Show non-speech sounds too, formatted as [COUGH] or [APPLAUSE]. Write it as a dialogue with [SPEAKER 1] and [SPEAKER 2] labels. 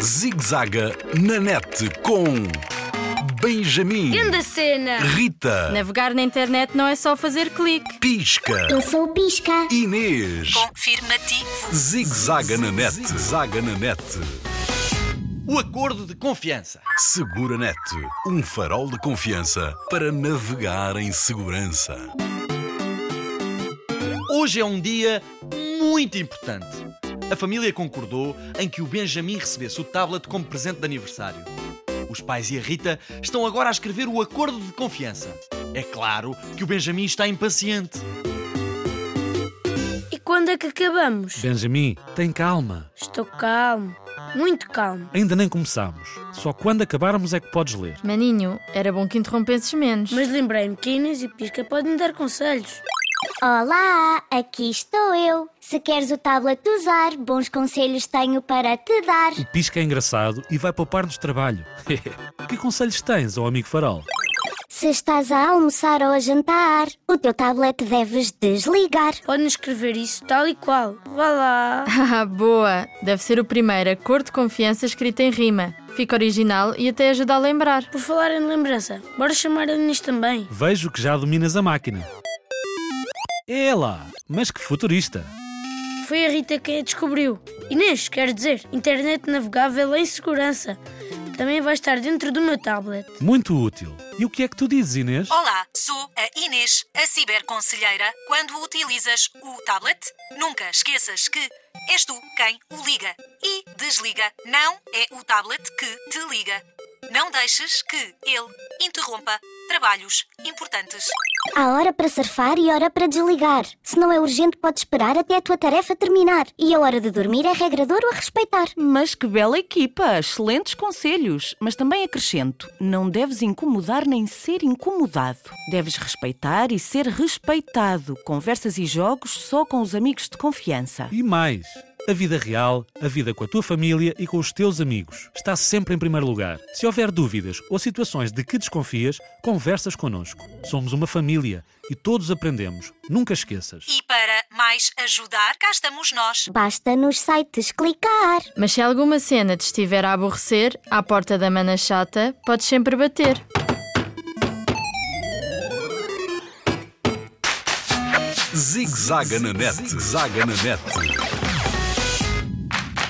[SPEAKER 1] Zigzaga na net com Benjamin,
[SPEAKER 2] Grande cena!
[SPEAKER 1] Rita,
[SPEAKER 3] Navegar na internet não é só fazer clique.
[SPEAKER 1] Pisca,
[SPEAKER 4] Eu sou o Pisca.
[SPEAKER 1] Inês.
[SPEAKER 5] Confirmativo.
[SPEAKER 1] Zigzaga na net, zaga na net.
[SPEAKER 6] O acordo de confiança.
[SPEAKER 1] Segura net, um farol de confiança para navegar em segurança.
[SPEAKER 6] Hoje é um dia muito importante. A família concordou em que o Benjamin recebesse o tablet como presente de aniversário. Os pais e a Rita estão agora a escrever o acordo de confiança. É claro que o Benjamin está impaciente.
[SPEAKER 2] E quando é que acabamos?
[SPEAKER 7] Benjamin, tem calma.
[SPEAKER 2] Estou calmo, muito calmo.
[SPEAKER 7] Ainda nem começamos. Só quando acabarmos é que podes ler.
[SPEAKER 3] Maninho, era bom que interrompesses menos.
[SPEAKER 2] Mas lembrei-me que Inês e Pisca podem dar conselhos.
[SPEAKER 4] Olá, aqui estou eu. Se queres o tablet usar, bons conselhos tenho para te dar.
[SPEAKER 7] O pisca é engraçado e vai poupar-nos trabalho. [LAUGHS] que conselhos tens ao amigo farol?
[SPEAKER 4] Se estás a almoçar ou a jantar, o teu tablet deves desligar.
[SPEAKER 2] Podem escrever isso tal e qual. Vá lá.
[SPEAKER 3] [LAUGHS] Ah, boa! Deve ser o primeiro acordo de confiança escrito em rima. Fica original e até ajuda a lembrar.
[SPEAKER 2] Por falar em lembrança, bora chamar a Inês também.
[SPEAKER 7] Vejo que já dominas a máquina. É lá, mas que futurista.
[SPEAKER 2] Foi a Rita quem a descobriu. Inês, quer dizer, internet navegável em segurança. Também vai estar dentro do meu tablet.
[SPEAKER 7] Muito útil. E o que é que tu dizes, Inês?
[SPEAKER 5] Olá, sou a Inês, a ciberconselheira. Quando utilizas o tablet, nunca esqueças que és tu quem o liga e desliga. Não é o tablet que te liga. Não deixes que ele interrompa trabalhos importantes.
[SPEAKER 4] Há hora para surfar e hora para desligar. Se não é urgente, podes esperar até a tua tarefa terminar. E a hora de dormir é regra de ouro a respeitar.
[SPEAKER 8] Mas que bela equipa! Excelentes conselhos! Mas também acrescento: não deves incomodar nem ser incomodado. Deves respeitar e ser respeitado. Conversas e jogos só com os amigos de confiança.
[SPEAKER 7] E mais, a vida real, a vida com a tua família e com os teus amigos está sempre em primeiro lugar. Se houver dúvidas ou situações de que desconfias, conversas connosco. Somos uma família e todos aprendemos. Nunca esqueças.
[SPEAKER 5] E para mais ajudar, cá estamos nós.
[SPEAKER 4] Basta nos sites clicar.
[SPEAKER 3] Mas se alguma cena te estiver a aborrecer, à porta da mana chata, podes sempre bater.
[SPEAKER 1] Zigzaga na net, zaga na net.